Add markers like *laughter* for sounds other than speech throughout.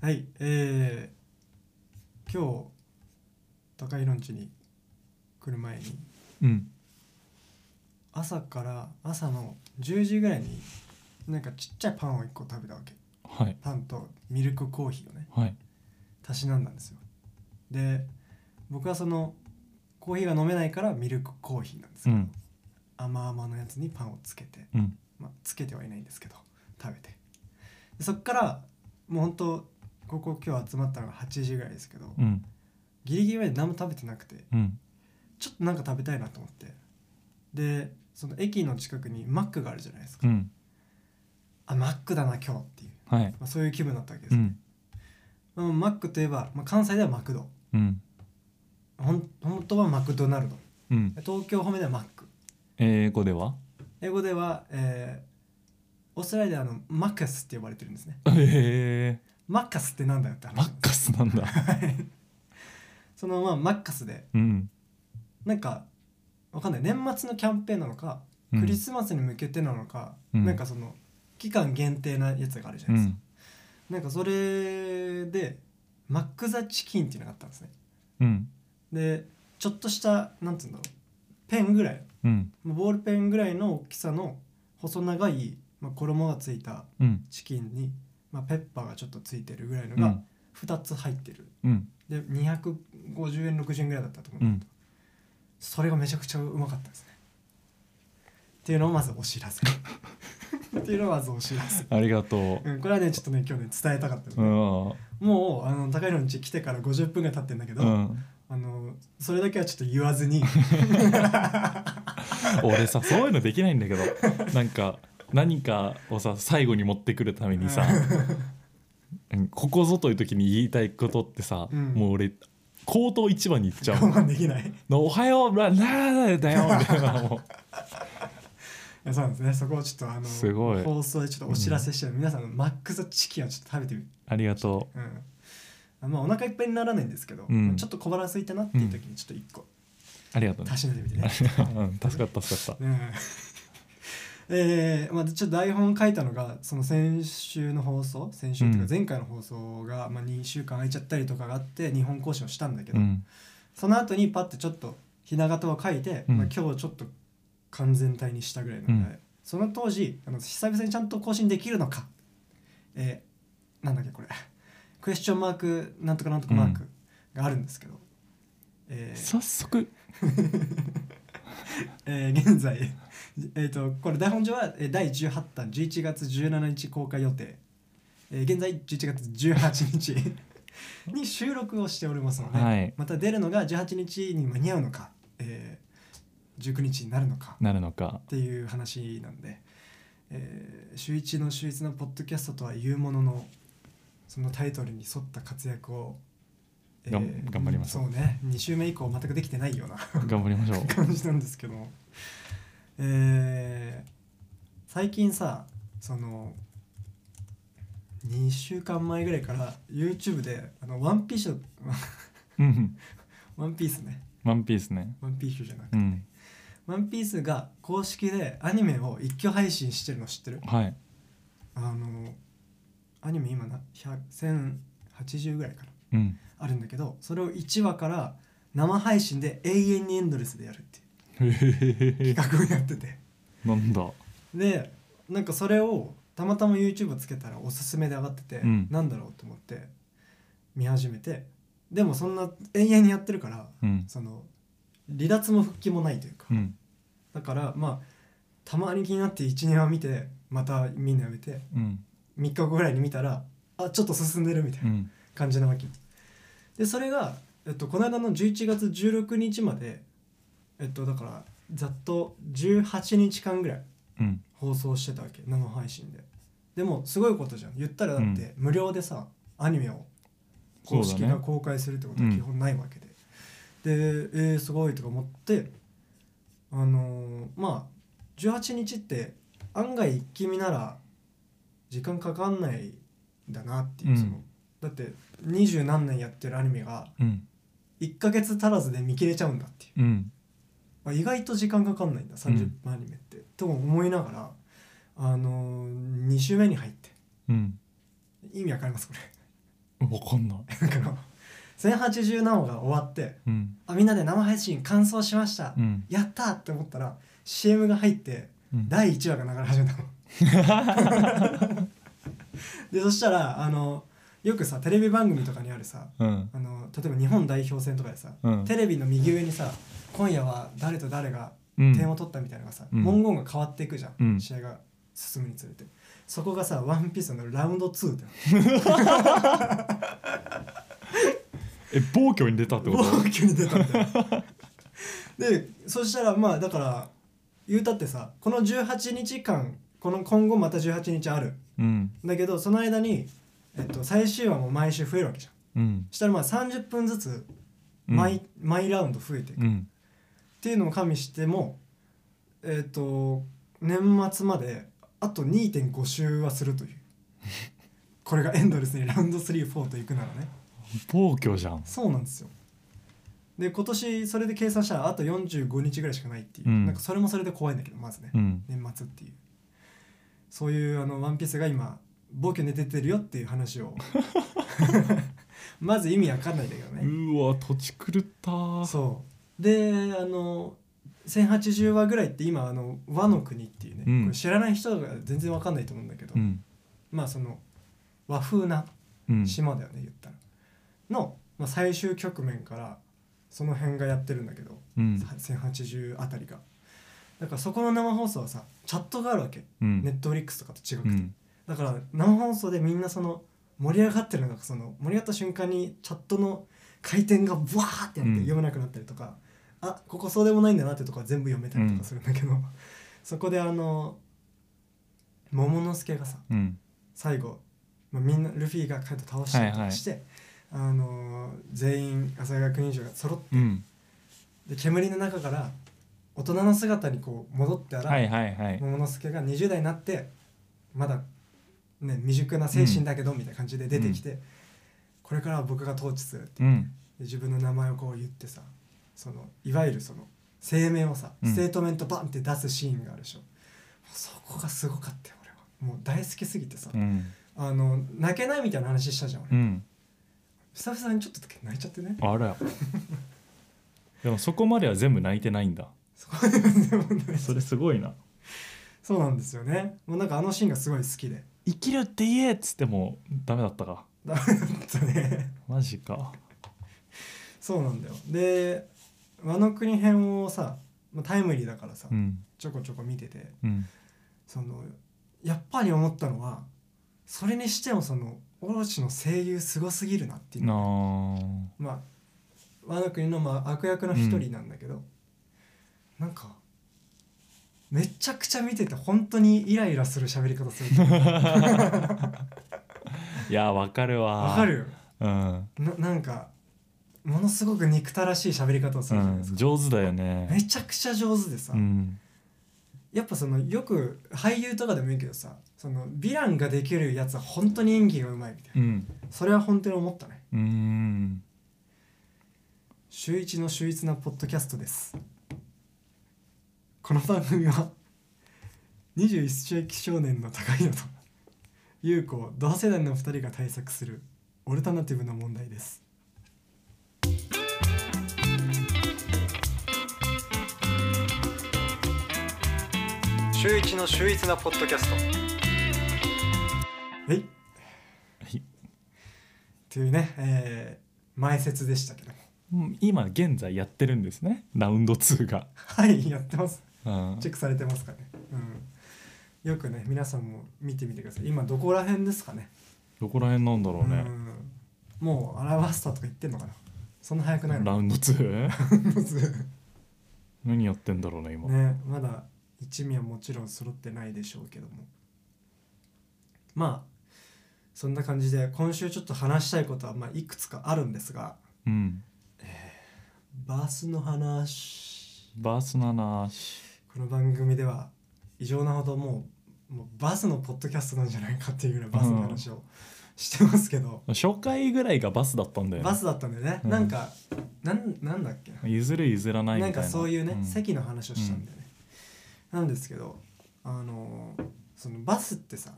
はい、えー、今日高井のんちに来る前にうん朝から朝の10時ぐらいになんかちっちゃいパンを1個食べたわけはいパンとミルクコーヒーをねはいたしなんだんですよで僕はそのコーヒーが飲めないからミルクコーヒーなんですうけど、ん甘々のやつにパンをつけてうんまあ、つけてはいないんですけど食べてでそっからもうほんとここ今日集まったのが8時ぐらいですけど、うんギリギリまで何も食べてなくてうんちょっとなんか食べたいなと思ってでその駅の近くにマックがあるじゃないですか、うんあマックだな今日っていう、はいまあ、そういう気分だったわけです、うんまあ、マックといえば、まあ、関西ではマクドうんほん本当はマクドナルドうん東京方面ではマック英語では英語では、えー、オーストラリアのマッカスって呼ばれてるんですねええマッカスってなんだよって話なマんですッカスなんだそのまあマッカスでうんなんかわかんない年末のキャンペーンなのか、うんクリスマスに向けてなのか、うんなんかその期間限定なやつがあるじゃうないですか、んなんかそれでマック・ザ・チキンっていうのがあったんですねうんでちょっとしたなんて言うんだろうペンぐらいうんボールペンぐらいの大きさの細長い、まあ、衣がついたうんチキンに、まあ、ペッパーがちょっとついてるぐらいのうがん2つ入ってる、うんで250円60円ぐらいだったと思う、うんそれがめちゃくちゃうまかったですねっていうのをまずお知ら *laughs* せっていうのをまずお知らせ、ありがとうん、これはねちょっとね今日ね伝えたかったのううね、んもうあの高いのうち来てから50分が経ってんだけど、うんあのそれだけはちょっと言わず *laughs* に俺さそういうのできないんだけどなんか何かをさ最後に持ってくるためにさうんここぞという時に言いたいことってさ、うんもう俺口頭一番に言っちゃう我慢できないいの「おはよう」ななだよみたいなもやそうなんですねそこをちょっとあのすごい放送でちょっとお知らせして、皆さんのマックスチキンをちょっと食べてみありがとうんあまあお腹いっぱいにならないんですけど、うんまあちょっと小腹空いたなっていう時にちょっと一個うありがとうね足しんでみて *laughs* ね、うん助かった助かっうんえーまあ、ちょっと台本書いたのがその先週の放送先週といううかん前回の放送が、まあ、2週間空いちゃったりとかがあって日本講師をしたんだけたうど、んその後にパッてちょっとひな形を書いて、うんまあ、今日ちょっと完全体にしたぐらいなので、うその当時あの久々にちゃんと更新できるのか、えーなんだっけこれ *laughs* クエスチョンマークなんとかなんとかマークがあるんですけど、えー早速えー現在、 *laughs* えー、とこれ台本上はえー第18弾11月17日公開予定、えー現在11月18日 *laughs* に収録をしておりますので、はいまた出るのが18日に間に合うのか、えー19日になるのかなるのかっていう話なんで、えー週一の週一のポッドキャストとは言うもののそのタイトルに沿った活躍を、がん頑張りましょうそうね2週目以降全くできてないような頑張り *laughs* ましょう感じなんですけどえー最近さその2週間前ぐらいから YouTube で「あのワンピース *laughs* をうんワンピースねワンピースねワンピースじゃなくて、うんワンピースが公式でアニメを一挙配信してるの知ってるはいあのアニメ今な100 1080ぐらいかなうん *laughs* あるんだけどそれを1話から生配信で永遠にエンドレスでやるっていへへへう企へ画をやっててなんだでなんかそれをたまたま YouTube つけたらおすすめで上がってて、うんなんだろうと思って見始めてでもそんな永遠にやってるからうんその離脱も復帰もないというか、うんだからまあたまに気になって12話見てまたみんなやめてうん3日後ぐらいに見たらあちょっと進んでるみたいうなん感じなわけでそれが、えっと、この間の11月16日までえっとだからざっと18日間ぐらいうん放送してたわけ生配信ででもすごいことじゃん言ったらだって無料でさ、アニメをそ公うだね式が公開するってことは基本ないわけで、でえー、すごいとか思ってあのーまあ18日って案外一気見なら時間かかんないんだなっていう、うんそのだって二十何年やってるアニメがうん1ヶ月足らずで見切れちゃうんだっていううんあ意外と時間かかんないんだ30分アニメって、と思いながらあのー、2週目に入ってうん意味わかりますこれ *laughs* 分かんない、なんかの1080何話が終わってうんあみんなで生配信完走しました、うんやったーって思ったら CM が入ってうん、第1話が流れ始めたの *laughs* でそしたらあのよくさテレビ番組とかにあるさうんあの例えば日本代表戦とかでさ、うんテレビの右上にさ今夜は誰と誰がうん点を取ったみたいなのがさ、うん文言が変わっていくじゃん、うん試合が進むにつれてそこがさ「ワンピースのラウンド2ってえ暴挙に出たってこ暴と挙に出たんだよでそしたらまあだから言うたってさこの18日間この今後また18日あるうんだけどその間に、えっと、最終話も毎週増えるわけじゃんうんそしたらまあ30分ずつうん毎,、毎ラウンド増えていく、うっんていうのを加味してもえっと年末まであと2.5周はする *laughs* というこれがエンドレスにラウンド34といくならね暴挙じゃんそうなんですよで今年それで計算したらあと45日ぐらいしかないっていう、うんなんかそれもそれで怖いんだけどまずね、うん年末っていうそういうあのワンピースが今暴挙に出てるよっていう話 *laughs* を *laughs* まず意味わかんないんだけどね、うわ土地狂ったーそうであの1080話ぐらいって今あの和の国っていうね、うんこれ知らない人が全然わかんないと思うんだけど、うんまあその和風なうん島だよね言ったらの、まあ、最終局面からその辺がやってるんだけど、うん1080あたりがだからそこの生放送はさチャットがあるわけうんネットフリックスとかと違くうて、んだから生放送でみんなその盛り上がってるのがその盛り上がった瞬間にチャットの回転がブワーってやっうんて読めなくなったりとか、あここそうでもないんだなってとこは全部読めたりとかするんだけど、 *laughs* そこであの桃之助がさうん最後、まあ、みんなルフィがカイト倒したりとかして、あのー全員朝ヶ国女が揃っうんて煙の中から大人の姿にこう戻ったら、はいはいはい桃之助が20代になってまだ、ね、未熟な精神だけどみたいな感じで出てきて、これからは僕が統治するってうでん自分の名前をこう言ってさそのいわゆるその声明をさうんステートメントバンって出すシーンがあるでしょ、もうそこがすごかったよ俺はもう大好きすぎてさ、うんあの泣けないみたいな話したじゃん俺うん久々にちょっとだけ泣いちゃってねあらでもそこまでは全部泣いてないんだそこでもねそれすごいなそうなんですよねもうなんかあのシーンがすごい好きで生きるって言えっつってもダメだったかだったねマジかそうなんだよで「ワノ国編」をさまあタイムリーだからさ、うんちょこちょこ見ててうんそのやっぱり思ったのはそれにしてもそのオロチの声優すごすぎるなっていうなのあまあワノ国のまあ悪役の一人なんだけど、なんかめちゃくちゃ見てて本当にイライラする喋り方する *laughs* いやわかるわわかるようん、ななんかものすごく憎たらしい喋り方をすうるじゃないでんす、か、上手だよめねちゃくちゃ上手でさ、うんやっぱそのよく俳優とかでもいいけどさそのヴィランができるやつは本当に演技がうまいみたいな、うんそれは本当に思ったねうん週一の秀逸なポッドキャストですこの番組は21世紀少年の高井野と優子同世代の2人が対策するオルタナティブの問題です週一の秀逸なポッドキャストはいはいというね、えー前説でしたけどもうん今現在やってるんですねラウンド2が、はいやってますうんチェックされてますかね、うん、よくね皆さんも見てみてください今どこら辺ですかねどこら辺なんだろうね、ん、もうアラバスタとか言ってんのかなそんな早くないのラウンド 2? まず何やってんだろうね今 *laughs* ねまだ一味はもちろん揃ってないでしょうけどもまあそんな感じで今週ちょっと話したいことはまあいくつかあるんですがうんバースの話バースの話この番組では異常なほどもうもうバスのポッドキャストなんじゃないかっていうぐらいバスの話をしてますけど、初回ぐらいがバスだったんだよねバスだったんだよね、うんなんかなんなんだっけな譲る譲らないみたないんなかそういうね、ん席の話をしたんだよね、なんですけどあのーそのバスってさ、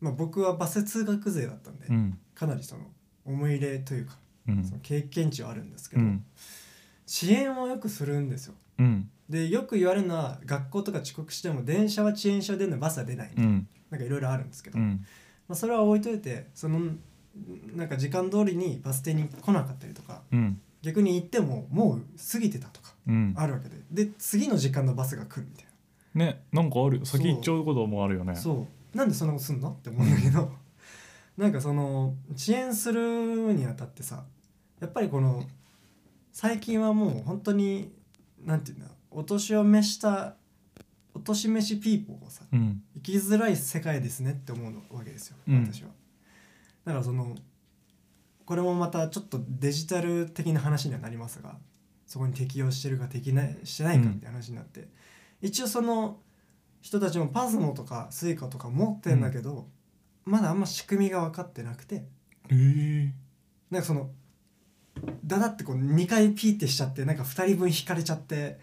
まあ、僕はバス通学税だったんで、うんかなりその思い入れというか、うんその経験値はあるんですけうど、ん遅延をよくするんですようんでよく言われるのは学校とか遅刻しても電車は遅延症出るのバスは出ない、うんなんかいろいろあるんですけど、うまんあ、それは置いといてそのなんか時間通りにバス停に来なかったりとかうん逆に行ってももう過ぎてたとかうんあるわけでで次の時間のバスが来るみたいねなんかある先行っちゃうこともあるよねな、そうなんでそんなことすんのって思うんだけど *laughs* なんかその遅延するにあたってさやっぱりこの最近はもう本当になんていうんだろうお年を召したお年召しピーポーをさうん生きづらい世界ですねって思うわけですよ、うん私はだからそのこれもまたちょっとデジタル的な話にはなりますがそこに適用してるか適ないしてないかって話になって、一応その人たちもパズモとかスイカとか持ってんだけど、まだあんま仕組みが分かってなくてえーなんかそのだだってこう2回ピーってしちゃってなんか2人分引かれちゃって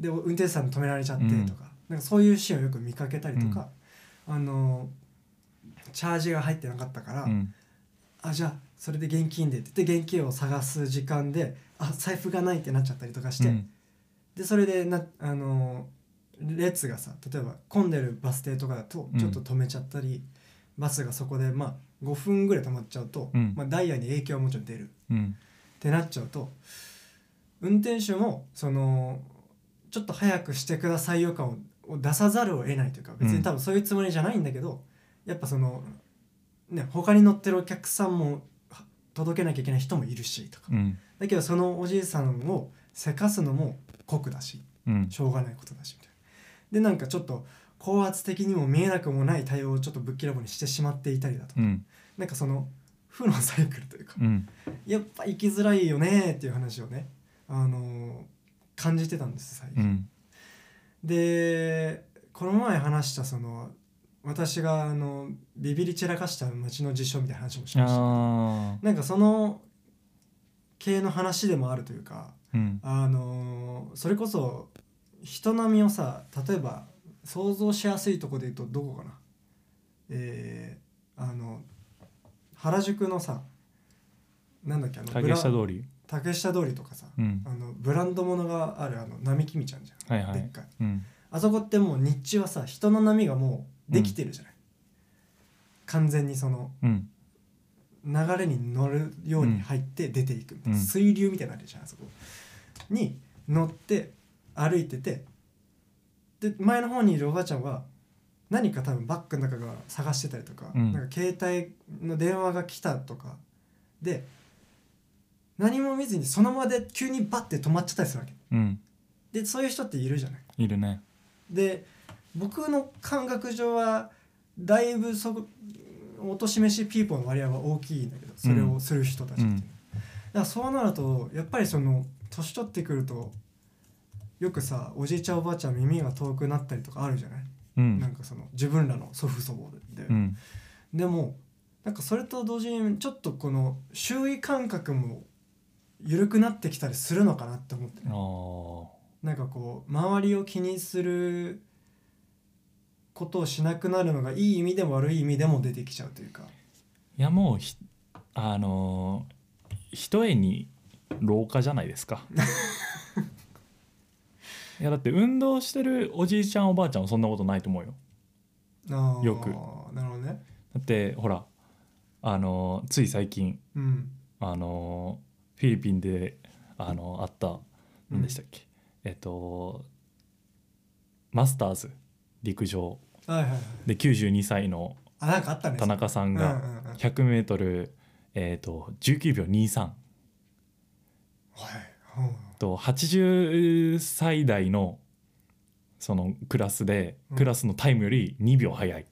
で運転手さんに止められちゃってうんとか,、なんかそういうシーンをよく見かけたりとか、あのチャージが入ってなかったから、うんあじゃあそれで現金でって言って現金を探す時間であ財布がないってなっちゃったりとかして、うんでそれでなあの列がさ例えば混んでるバス停とかだとうんちょっと止めちゃったり、バスがそこでまあ5分ぐらい止まっちゃうと、うんまあ、ダイヤに影響はもちろん出る。うんってなっちゃうと運転手もそのちょっと早くしてくださいよ感をを出さざるを得ないというか別うんに多分そういうつもりじゃないんだけど、やっぱそのね他に乗ってるお客さんもは届けなきゃいけない人もいるしとか、うんだけどそのおじいさんをせかすのも酷だしうんしょうがないことだしみたいな。でなんかちょっと高圧的にも見えなくもない対応をちょっとぶっきらぼうにしてしまっていたりだとか、うんなんかその負のサイクルというか、うんやっぱ生きづらいよねっていう話をね、あのー感じてたんです最う近。んでこの前話したその私があのビビり散らかした街の事象みたいな話もしましたけどあなんかその系の話でもあるというか、ーうんあのーそれこそ人並みをさ例えば想像しやすいとこで言うとどこかなえーあの原宿のさなんだっけあのブ竹ラ下通り竹下通りとかさ、うんあのブランドものがあるあの並木道ちゃんじゃん、はいはいでっかいうんあそこってもう日中はさ人の波がもうできてるじゃない、完全にそのうん流れに乗るように入って出ていくみたいな、うん水流みたいなのあるじゃんあそこに乗って歩いててで前の方にいるおばあちゃんは何か多分バッグの中が探してたりとか,、うんなんか携帯の電話が来たとかで何も見ずにその場で急にバッて止まっちゃったりするわけうんでそういう人っているじゃないいるねで僕の感覚上はだいぶそこおとしめしピーポーの割合は大きいんだけどそれをする人たちっていうのは、うんだからそうなるとやっぱりその年取ってくるとよくさおじいちゃんおばあちゃん耳が遠くなったりとかあるじゃない、うなんんかその自分らの祖父祖母で、うんでもなんかそれと同時にちょっとこの周囲感覚も緩くなってきたりするのかなって思って、ねあ、ーなんかこう周りを気にすることをしなくなるのがいい意味でも悪い意味でも出てきちゃうというかいやもうひあのーひとえに老化じゃないで *laughs* すかいやだって運動してるおじいちゃんおばあちゃんはそんなことないと思うよあーよくなるほどねだってほらあのーつい最近うんあのーフィリピンであのーあった何でしたっけ、えっとマスターズ陸上はいはいはいで92歳のあなんかあったね田中さんうんがうんうん 100m、えっと19秒23はいうんと80歳代のそのクラスでうんクラスのタイムより2秒早い、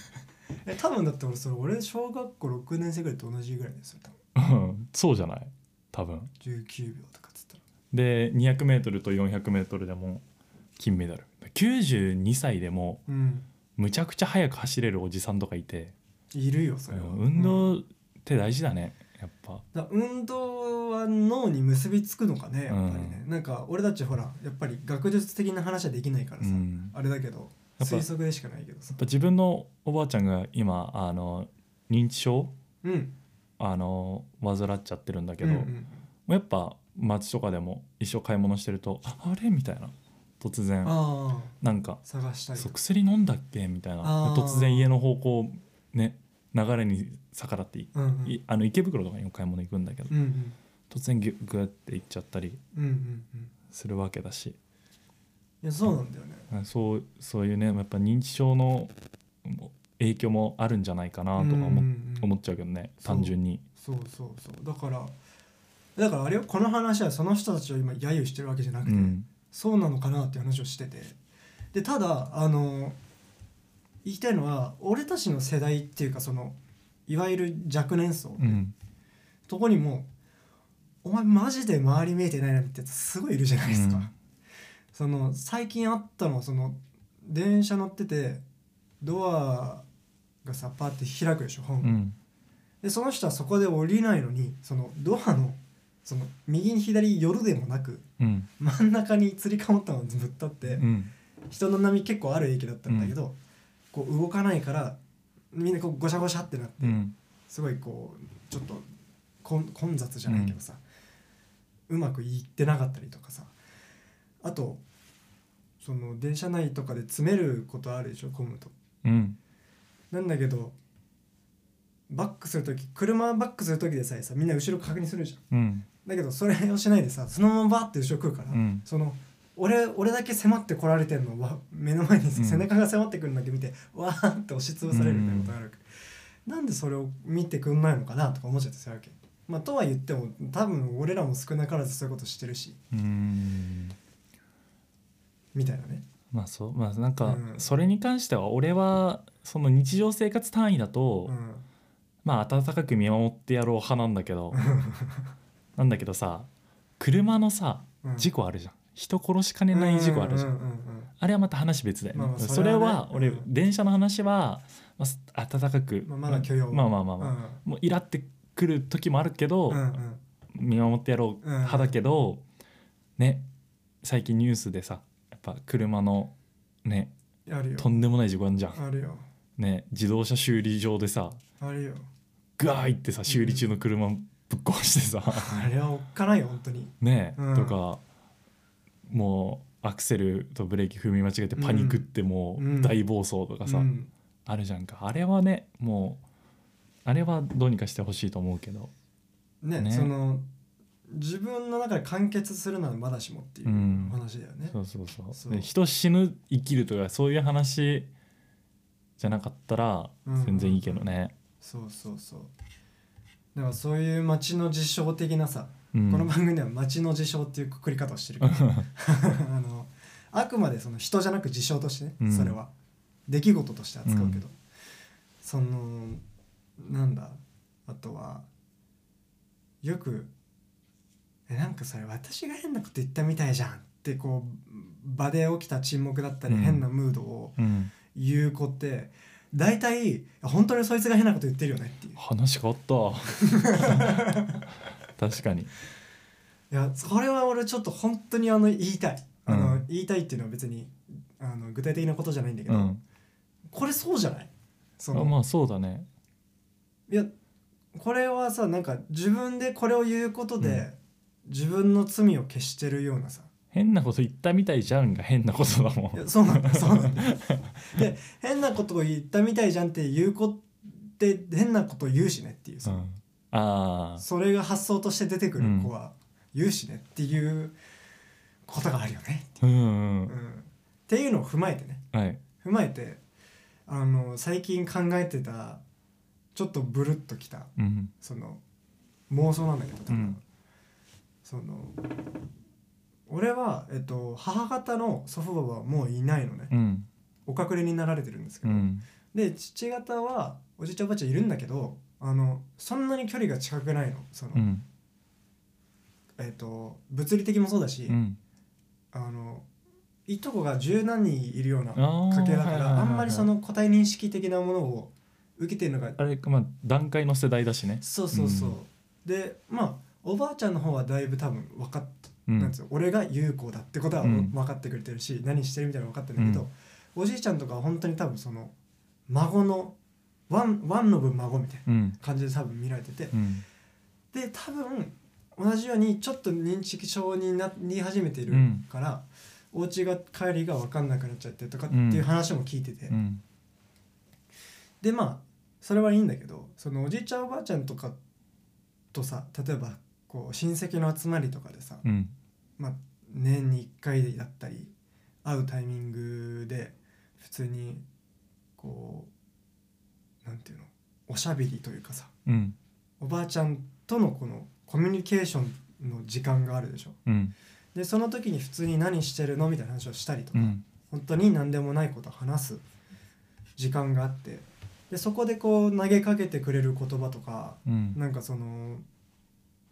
*laughs* え多分だって俺それ俺小学校6年生ぐらいと同じぐらいですよ多分うんそうじゃない多分19秒とかっつったらで 200m と 400m でも金メダル92歳でもうんむちゃくちゃ速く走れるおじさんとかいて、いるよそれは運うん動って大事だねやっぱだから運動は脳に結びつくのかねやっぱりね、なんか俺たちほらやっぱり学術的な話はできないからうさ、んあれだけどやっぱ推測でしかないけどさやっぱ自分のおばあちゃんが今あの認知症うんあの患っちゃってるんだけうど、んうもんうやっぱ街とかでも一生買い物してると「ああれ?」みたいな突然ああなんか探したりそうとか薬飲んだっけみたいなあー突然家の方向ね流れに逆らっていうんうんいあの池袋とかにお買い物行くんだけど、うんうん突然ギュグッて行っちゃったりうんうんうんするわけだしいやそうなんだよねあそうそういうねやっぱ認知症のも影響もあるんじゃないかなとか思,、うんうんうん思っちゃうけどねそう単純にそうそうそうだからだからあれよこの話はその人たちを今揶揄してるわけじゃなくうて、んそうなのかなっていう話をしててでただあの言いたいのは俺たちの世代っていうかそのいわゆる若年層、うんとこにもお前マジで周り見えてないなってやつすごいいるじゃないですか、うんその最近あったのはその電車乗っててドアがさパーって開くでしょ本、うんでその人はそこで降りないのにそのドアのその右に左寄るでもなくうん真ん中につりかもったのをぶったって、うん人の波結構ある駅だったんだけど、こう動かないからみんなこうごしゃごしゃってなって、うんすごいこうちょっと混混雑じゃないけどさ、うまくいってなかったりとかさあとその電車内とかで詰めることあるでしょ混むと。うんなんだけどバックする時車バックする時でさえさみんな後ろ確認するじゃんうんだけどそれをしないでさそのままバーって後ろ来るから、うんその俺俺だけ迫ってこられてんのは目の前にさうん背中が迫ってくるのだけ見て、わーって押し潰されるみたいなことがあるわけ、なんでそれを見てくんないのかなとか思っちゃってするわけまあとは言っても多分俺らも少なからずそういうことしてるしうんみたいなねまあそうまあなんかうんそれに関しては俺はその日常生活単位だと、うんまあ温かく見守ってやろう派なんだ *laughs* けどなんだけどさ車のさうん事故あるじゃん人殺しかねない事故あるじゃんうんうんうんうんあれはまた話別だよね、まあまあそれはそれ俺、はねうん電車の話は、まあす、温かく、まあまだ許容まあまあまあまあ、うんもうイラってくる時もあるけど、うんうん見守ってやろううん派だけど、ね最近ニュースでさやっぱ車のねあるよとんでもない事故あるじゃん、あるよね自動車修理場でさあるよ *laughs* グワーいってさ修理中の車ぶっ壊してさ、 *laughs* あれはおっかないよ本当にね、うんとかもうアクセルとブレーキ踏み間違えてパニックってもう大暴走とかさ、うんあるじゃんかあれはねもうあれはどうにかしてほしいと思うけどねねその自分の中で完結するならまだしもっていううん話だよね、そうそうそうそうで人死ぬ生きるとかそういう話じゃなかったらうん全然いいけどね、そうそうそうだからそういう街の事象的なさ、うんこの番組では街の事象っていうくくり方をしてるけどあのあくまでその人じゃなく事象としてね、うんそれは出来事として扱うけど、そのなんだあとはよく「えなんかそれ私が変なこと言ったみたいじゃん」ってこう場で起きた沈黙だったりうん変なムードをうん言う子って大体「本当にそいつが変なこと言ってるよね」っていう話変わ *laughs* った確かにいやそれは俺ちょっと本当にあの言いたいあの、うん言いたいっていうのは別にあの具体的なことじゃないんだけうど、んこれそうじゃないそあのまあそうだねいやこれはさなんか自分でこれを言うことで、うん自分の罪を消してるようなさ変なこと言ったみたいじゃんが変なことだもいんやそうなん *laughs* だそうなんだで変なことを言ったみたいじゃんって言う子って変なことを言うしねっていううさ、ん、ああそれが発想として出てくる子は言うしねっていうことがあるよね、うんううんん、っていうのを踏まえてねはい踏まえてあの最近考えてたちょっとブルッときたうんその妄想なんだけど、多分うんその俺は、えっと、母方の祖父母はもういないのね、うんお隠れになられてるんですけうど、んで父方はおじいちゃんおばあちゃんいるんだけどあのそんなに距離が近くないのその、うんえっと、物理的もそうだし、うんあのいとこが十何人いるようなあー家系だかはいはいらはいはいあんまりその個体認識的なものを受けてるのがあれまあ段階の世代だしねそうそうそう、うんでまあおばあちゃんの方はだいぶ多分分かっうんなんつうの俺が有効だってことはうん分かってくれてるし、何してるみたいなの分かってるんだけど、おじいちゃんとかは本当に多分その孫のワンワンの分孫みたいなうん感じで多分見られててうんで多分同じようにちょっと認知症になり始めてるうんから、お家が帰りが分かんなくなっちゃってとかっていう話も聞いてて、うんでまあそれはいいんだけどそのおじいちゃんおばあちゃんとかとさ例えばこう親戚の集まりとかでさ、うんまあ、年に1回だったり会うタイミングで普通にこうなんていうのおしゃべりというかさうんおばあちゃんとのこのコミュニケーションの時間があるでしょうんでその時に普通に何してるのみたいな話をしたりとか、うん本当に何でもないことを話す時間があってでそこでこう投げかけてくれる言葉とかうんなんかその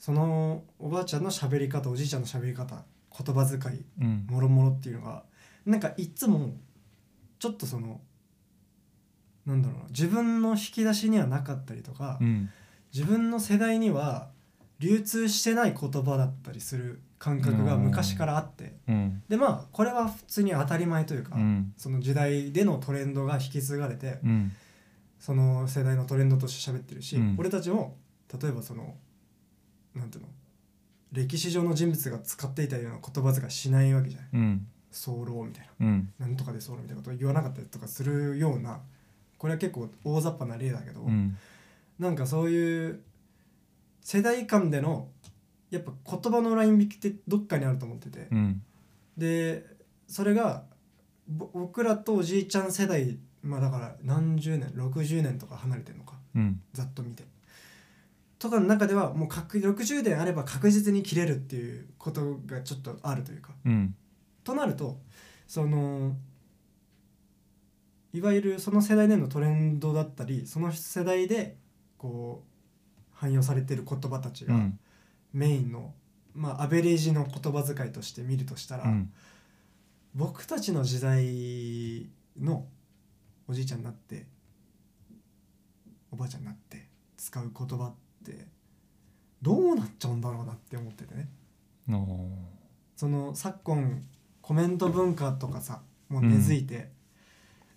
そのおばあちゃんの喋り方おじいちゃんの喋り方言葉遣いうんもろもろっていうのがなんかいつもちょっとそのなんだろうな自分の引き出しにはなかったりとか、うん自分の世代には流通してない言葉だったりする感覚が昔からあって、うんでまあこれは普通に当たり前というか、うんその時代でのトレンドが引き継がれてうんその世代のトレンドとして喋ってるし、うん俺たちも例えばそのなんていうの歴史上の人物が使っていたような言葉遣いしないわけじゃないうん「早漏」みたいなうん「なんとかで早漏」みたいなことを言わなかったりとかするようなこれは結構大雑把な例だけど、うんなんかそういう世代間でのやっぱ言葉のライン引きってどっかにあると思ってて、うんでそれがぼ僕らとおじいちゃん世代まあだから何十年60年とか離れてるのかうんざっと見てとかの中ではもう確60年あれば確実に切れるっていうことがちょっとあるというかうんとなるとそのいわゆるその世代でのトレンドだったりその世代でこう汎用されてる言葉たちうがんメインの、まあアベレージの言葉遣いとして見るとしたら、うん僕たちの時代のおじいちゃんになっておばあちゃんになって使う言葉ってどうなっちゃうんだろうなって思っててねのその昨今コメント文化とかさもう根付いて、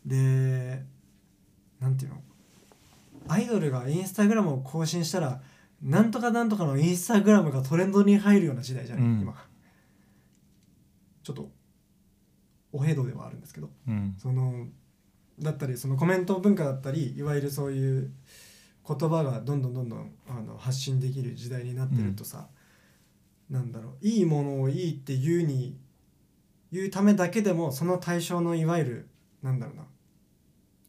でなんていうのアイドルがインスタグラムを更新したらなんとかなんとかのインスタグラムがトレンドに入るような時代じゃない、うん今ちょっとおへどではあるんですけどうんそのだったりそのコメント文化だったりいわゆるそういう言葉がどんどんどんどんあの発信できる時代になってるとさ、なんだろういいものをいいって言うに言うためだけでもその対象のいわゆるなんだろうな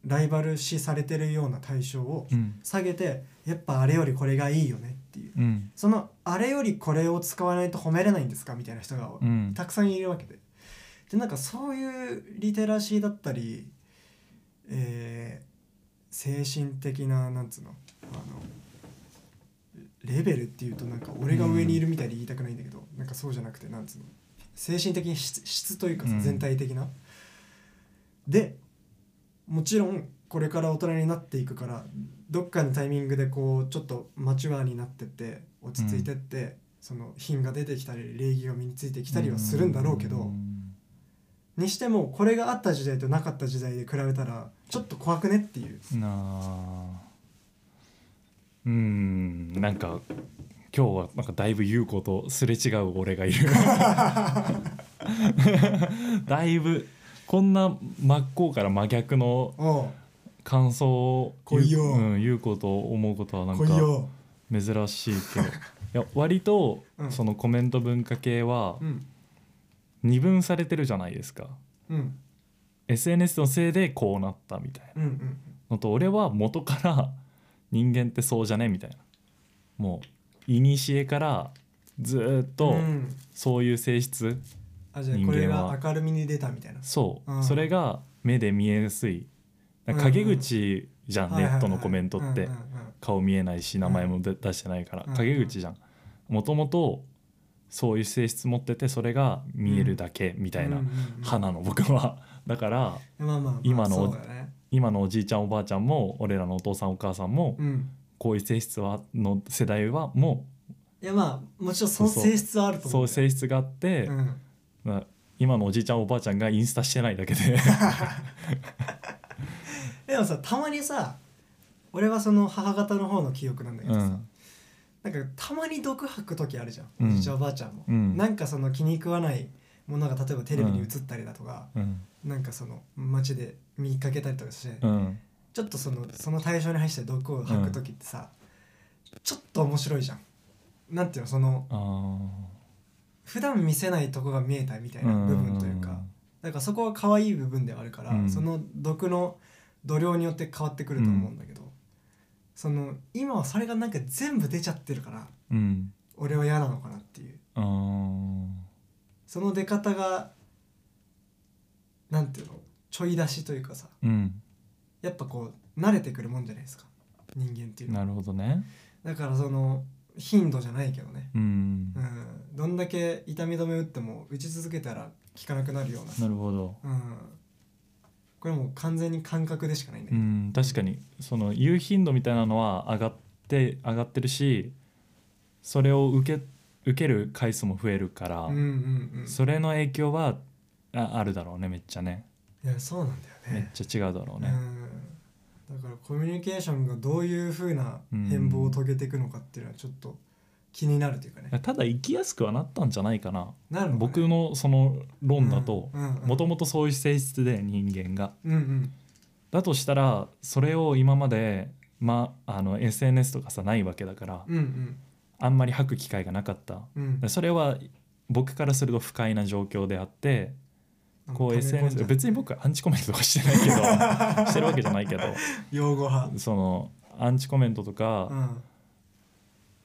ライバル視されてるような対象をうん下げてやっぱあれよりこれがいいよねっていううんそのあれよりこれを使わないと褒めれないんですかみたいな人がうんたくさんいるわけででなんかそういうリテラシーだったり、えー精神的ななんつうのあのレベルっていうとなんか俺が上にいるみたいで言いたくないんだけど、なんかそうじゃなくてなんつうの精神的に質質というかさうん全体的な、でもちろんこれから大人になっていくからどっかのタイミングでこうちょっとマチュアになってって落ち着いてって、その品が出てきたり礼儀が身についてきたりはするんだろうけど、うんにしてもこれがあった時代となかった時代で比べたらちょっと怖くねっていうなあうんなんか今日はなんかだいぶ優子とすれ違う俺がいるだいぶこんな真っ向から真逆のおう感想を来いようん、優子と思うことはなん来いかよ、珍しい *laughs* けどいや割とうんそのコメント文化系はうん二分されてるじゃないですかうん、うん SNS のせいでこうなったみたいなうんのと俺は元から人間ってそうじゃねみたいなもう古からずーうっとんそういう性質あじゃ人あ間これはが明るみに出たみたいなそう、うんそれが目で見えやすいなんか陰口じゃん、はいネはいはいットのコメントって、うんうん顔見えないし名前も出出してないから、うん陰口じゃんもともとそういう性質持っててそれが見えるだけみたいなうんうんうん派なの僕はだからまあまあまあ今のそうだね今のおじいちゃんおばあちゃんも俺らのお父さんお母さんもうんこういう性質はの世代はもいやまあもちろんそのそうそう性質はあるとう思そううんいうだよ性質があって、うんまあ今のおじいちゃんおばあちゃんがインスタしてないだけででもさたまにさ俺はその母方の方の記憶なんだけうどさ、んなんかたまに毒吐く時あるじゃん、うんおじいちゃんおばあちゃんも、うんなんかその気に食わないものが例えばテレビに映ったりだとか、うんなんかその街で見かけたりとかして、うんちょっとそのその対象に配して毒を吐く時ってさ、ちょっと面白いじゃんなんていうのそのあー普段見せないとこが見えたみたいな部分というか、だからそこは可愛い部分ではあるから、うんその毒の度量によって変わってくると思うんだけど、その今はそれがなんか全部出ちゃってるからうん俺は嫌なのかなっていうあーその出方がなんていうのちょい出しというかさうんやっぱこう慣れてくるもんじゃないですか人間っていうのはなるほどねだからその頻度じゃないけどね、うんうん、どんだけ痛み止め打っても打ち続けたら効かなくなるようなさなるほどうん、これもう完全に感覚でしかないんだうけど、ん確かにその言う頻度みたいなのは上がって上がってるしそれを受け受ける回数も増えるから、うん、うんうんそれの影響はああるだろうねめっちゃねいやそうなんだよめっねちゃ違うだろううね、ん、だからコミュニケーションがどういうふうな変貌を遂げていくのかっていうのはちょっと気になるというかね、ただ生きやすくはなったんじゃないかななるのかね僕のその論だとうんうんうんもともとそういう性質で人間がうんうんだとしたらそれを今まで、ま、あの SNS とかさないわけだからうんうんあんまり吐く機会がなかったうんでそれは僕からすると不快な状況であってこう SNS 別に僕アンチコメントとかしてないけ *laughs* どしてるわけじゃないけど用語派そのアンチコメントとうんかはい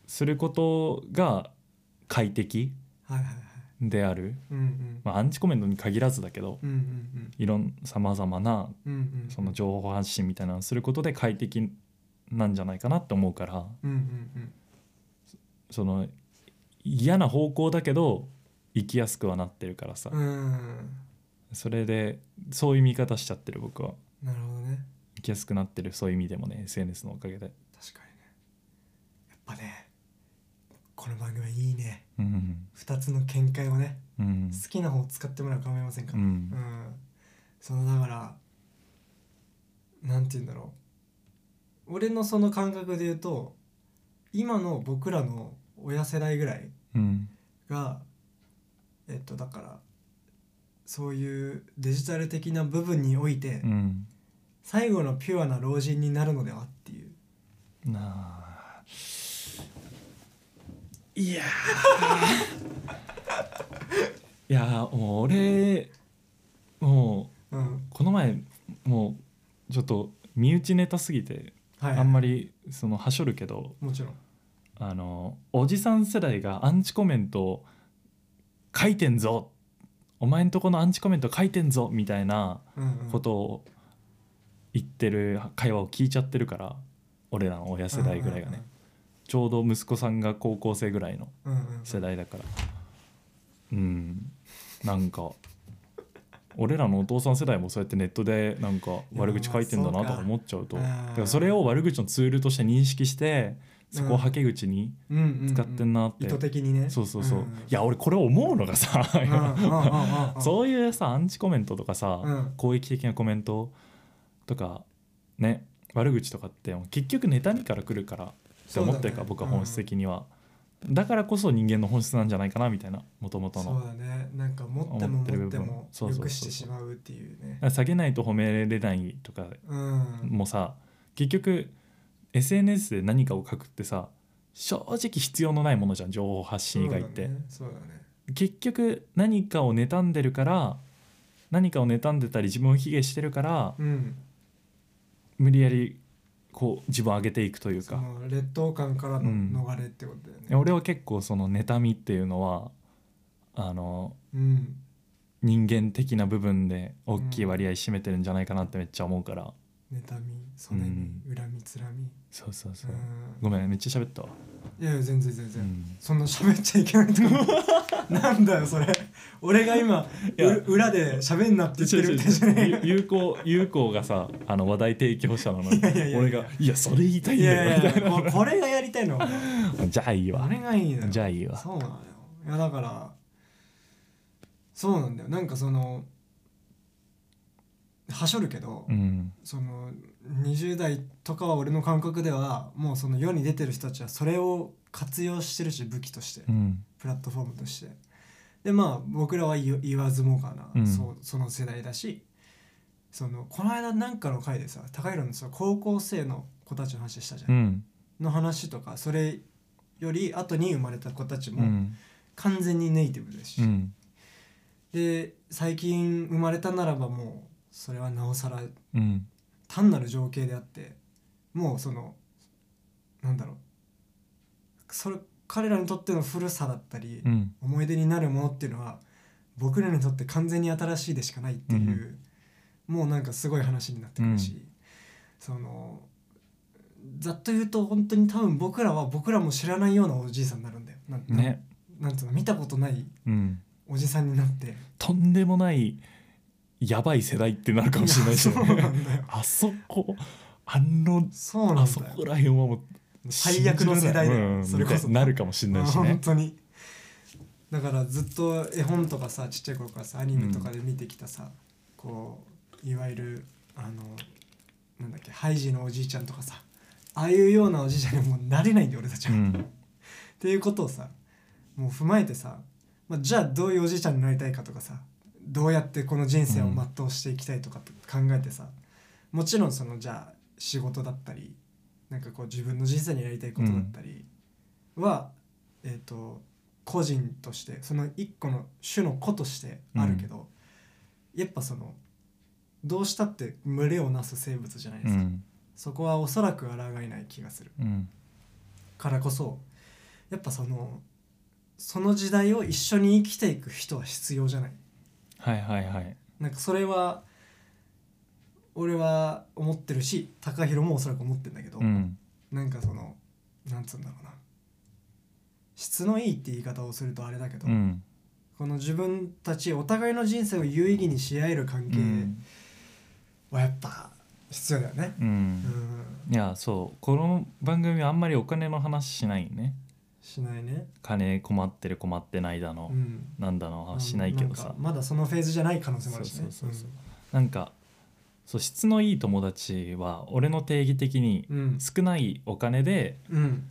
することが快適はいはいである、うんうんまあ、アンチコメントに限らずだけどうんうんいろんさまざまなうんうんうんその情報発信みたいなのをすることで快適なんじゃないかなって思うからうんうんその嫌な方向だけど生きやすくはなってるからさうんうんそれでそういう見方しちゃってる僕はなるほどね生きやすくなってるそういう意味でもね SNS のおかげで確かにねやっぱねこの番組はいいねうん2つの見解をねうん好きな方を使ってもらう構いませんかうら、うんんそのだからなんて言うんだろう俺のその感覚で言うと今の僕らの親世代ぐらいうんがえっとだからそういうデジタル的な部分において、うん最後のピュアな老人になるのではっていうなあいやーいやーもう俺もううんこの前もうちょっと身内ネタすぎてはいあんまりそのはしょるけどもちろんあのおじさん世代がアンチコメントを書いてんぞお前んとこのアンチコメント書いてんぞみたいなうんうんことを言ってる会話を聞いちゃってるから俺らの親世代ぐらいがねちょうど息子さんが高校生ぐらいのうんうんうん世代だからうんなんか俺らのお父さん世代もそうやってネットでなんか悪口書いてんだなとか思っちゃうといだやまあそうかからそれを悪口のツールとして認識してそこをはけ口にうんうんうん使ってんなって、意図的にねそうそうそう、んんいや俺これ思うのがさ、うんうんうんうんうん *laughs* そういうさアンチコメントとかさ、うん攻撃的なコメントとかね悪口とかって結局妬みから来るからって思ってるかそうだら、ね僕は本質的には、だからこそ人間の本質なんじゃないかなみたいなもともとそうのだねなんか持っても思ってる持っ部て分もそうそうそ良うそうくしてしまうっていうね下げないと褒めれないとかうんもさ結局 SNS で何かを書くってさ正直必要のないものじゃん情報発信以外って、そうだね結局何かを妬んでるから何かを妬んでたり自分を卑下してるからそうだねうん無理やりこう自分を上げていくというそかの劣等感からのうん逃れってことだよね俺は結構その妬みっていうのはあのうん人間的な部分で大きい割合占めてるんじゃないかなってめっちゃ思うから、妬みそねみ恨みつらみそうそうそうう、んごめんめっちゃ喋ったわ、いやいや全然全う然ん、そんな喋っちゃいけないとか *laughs* なんだよそれ俺が今いやう裏で喋んなって言ってるみたいじゃないゆ有効有効がさあの話題提供者なのにいやいやいや俺が「いやそれ言いたいんいやいだやいよ」みたいやもうこれがやりたいのな「 *laughs* じゃあいいわあれがいいのよじゃあいいわそうなのよいやだからそうなんだよなんかそのはしょるけど、うんその20代とかは俺の感覚ではもうその世に出てる人たちはそれを活用してるし武器として、うんプラットフォームとしてでまあ僕らは言言わずもがな、うんそうその世代だしそのこの間なんかの回でさ高弘のさ高校生の子たちの話したじゃん、うんの話とかそれより後に生まれた子たちうもん完全にネイティブですし、うんで最近生まれたならばもうそれはなおさらうん単なる情景であってもうそのなんだろうそれ彼らにとっての古さだったり、うん思い出になるものっていうのは僕らにとって完全に新しいでしかないっていう、もうなんかすごい話になってくるし、そのざっと言うと本当に多分僕らは僕らも知らないようなおじいさんになるんだよ。なんねなんつうの見たことないうんおじさんになってとんでもないやばい世代ってなるかもしれないし、やそうね、なんだよ。あそこあのそうなんだあよ。そこら辺はもう最悪の世代だようんそれこそなるかもしれないし本ね当にだからずっと絵本とかさちっちゃい頃からさアニメとかで見てきたさ、こういわゆるあのなんだっけハイジのおじいちゃんとかさああいうようなおじいちゃんにもうなれないんで俺たちうは、っんていうことをさもう踏まえてさ、まあ、じゃあどういうおじいちゃんになりたいかとかさどうやってこの人生を全うしていきたいとかって考えてさ、もちろんそのじゃあ仕事だったりなんかこう自分の人生にやりたいことだったりは、えっ、と個人としてその一個の種の個としてあるけど、やっぱそのどうしたって群れをなす生物じゃないでうすか、んそこはおそらく抗えない気がするうんからこそやっぱそのその時代を一緒に生きていく人は必要じゃないはいはいはいなんかそれは俺は思ってるし TAKAHIRO もおそらく思ってるんだけど、うんなんかそのなんつうんだろうな質のいいって言い方をするとあれだけど、うんこの自分たちお互いの人生を有意義にし合える関う係んはやっぱ必要だよね。ううんんいやそうこの番組はあんまりお金の話しないねしないね。金困ってる困ってないだのうん、なんだのはしないけどさんかまだそのフェーズじゃない可能性もあるしね。そうそうそうなんかそう質のいい友達は俺の定義的にうん少ないお金でうん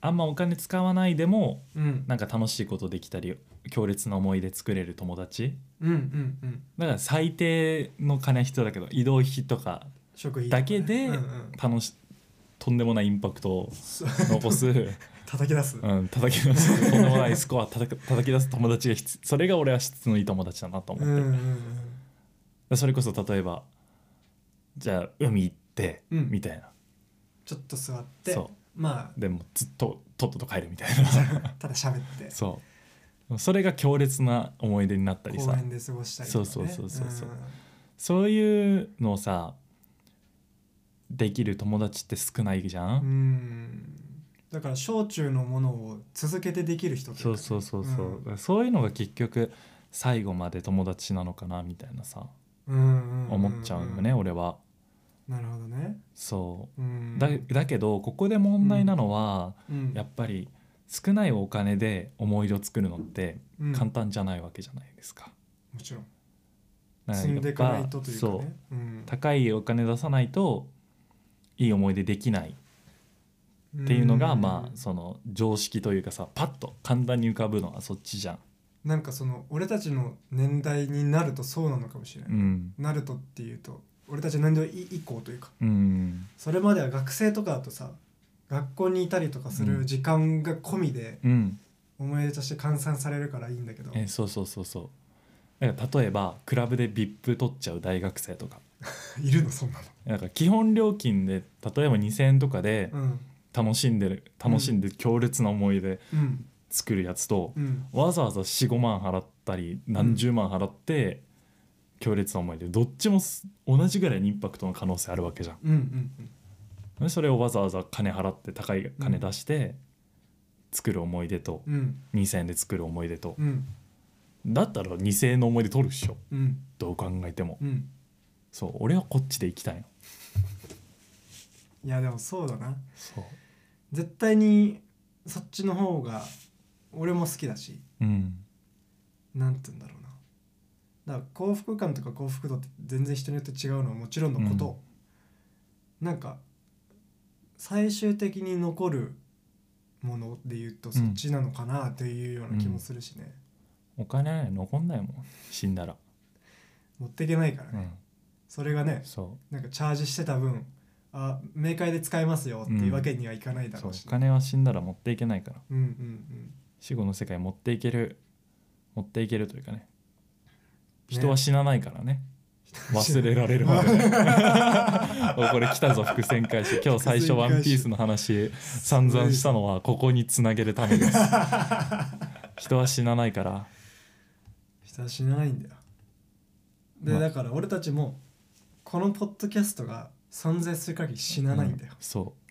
あんまお金使わないでもうんなんか楽しいことできたり強烈な思い出作れる友達うんうんうんうんだから最低の金は必要だけど移動費とか食費とかねだけでうんうん楽しとんでもないインパクトをそう残す、う叩き出す。ん、叩き出すとんでもないスコア叩き叩き出す友達が必それが俺は質のいい友達だなと思うっんてうる、んでそれこそ例えばじゃあ海行って、うんみたいなちょっと座ってそまうでもうずっととっとと帰るみたいな *laughs* あただ喋ってそうそれが強烈な思い出になったり公さ園で過ごしたりとか、ね、そうそうそうそうそうんそういうのをさできる友達って少ないじゃうん、んだから小中のものを続けてできる人といかそうそうそうそう、だからそういうのが結局最後まで友達なのかなみたいなさうんうんうんん思っちゃうよね、俺はなるほどねそううんだだけどここで問題なのは、うんやっぱり少ないお金で思い出を作るのってうん簡単じゃないわけじゃないですか。もちろんだら積んやっぱでいかないとというかそうねうん高いお金出さないといい思い出できないっていうのが、んまあその常識というかさパッと簡単に浮かぶのはそっちじゃん。なんかその俺たちの年代になるとそうなのかもしれない、うんなるとっていうと俺たちの年代以降というかうんそれまでは学生とかだとさ学校にいたりとかする時間が込みでうん、思い出として換算されるからいいんだけど、えそうそうそうそうだから例えばクラブで VIP 取っちゃう大学生とかいるのそんななんか基本料金で例えば2,000円とかでのうん楽しんでる楽しんで強烈な思い出うん作るやつと、うんわざわざ45万払ったり何十万払って強烈な思い出どっちもす同じぐらいにインパクトの可能性あるわけじゃんうんうんでそれをわざわざ金払って高い金出して作る思い出とうんうん2,000円で作る思い出とうんだったら2,000円の思い出取るっしょうんどう考えてもうんそう俺はこっちで行きたいのいやでもそうだなそう絶対にそっちの方が俺も好きだしうんなんて言うんだろうなだから幸福感とか幸福度って全然人によって違うのはもちろんのこと、なんか最終的に残るもので言うとそっちなのかなというような気もするしね、お金はね残んないもん死んだら、持っていけないからうね、ん、それがねそなんかチャージしてた分あ明快で使えますよっていうわけにはいかないうだそろううしね、お金は死んだら持っていけないからうんうんうん死後の世界持っていける持っていけるというかねね人は死なないからね忘れられるまで、 *laughs* ね、おこれ来たぞ伏線回収今日最初「ワンピースの話散々したのはここにつなげるためです *laughs* 人は死なないから人は死なないんだよで、まあだから俺たちもこのポッドキャストが存在する限り死なないんだようそう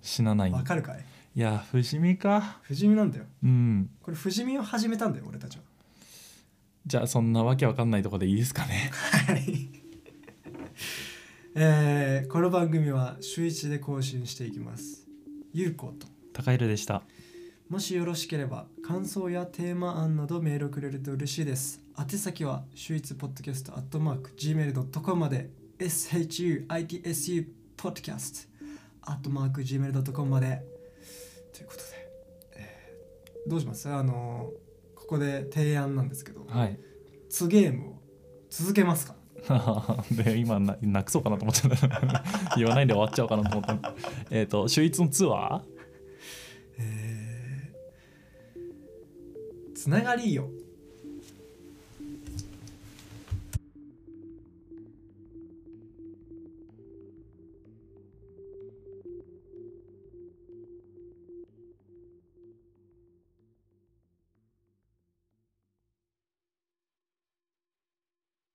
死なないんわ、だかるかいいや不死身か不死身なんだようんこれ不死身を始めたんだよ俺たちはじゃあそんなわけわかんないとこでいいですかねはい *laughs* えーこの番組は週一で更新していきますゆうこと高弘でしたもしよろしければ感想やテーマ案などメールをくれると嬉しいです。宛先は週一ポッドキャストアットマーク Gmail.com まで SHUITSU ポッドキャストアットマーク Gmail.com までということで、えーどうしますあのーここで提案なんですけど、はいツゲームを続けますか *laughs* で今な泣くそうかなと思っちゃった *laughs* 言わないで終わっちゃおうかなと思った *laughs* えっと週一のツアえーつながりよ。ー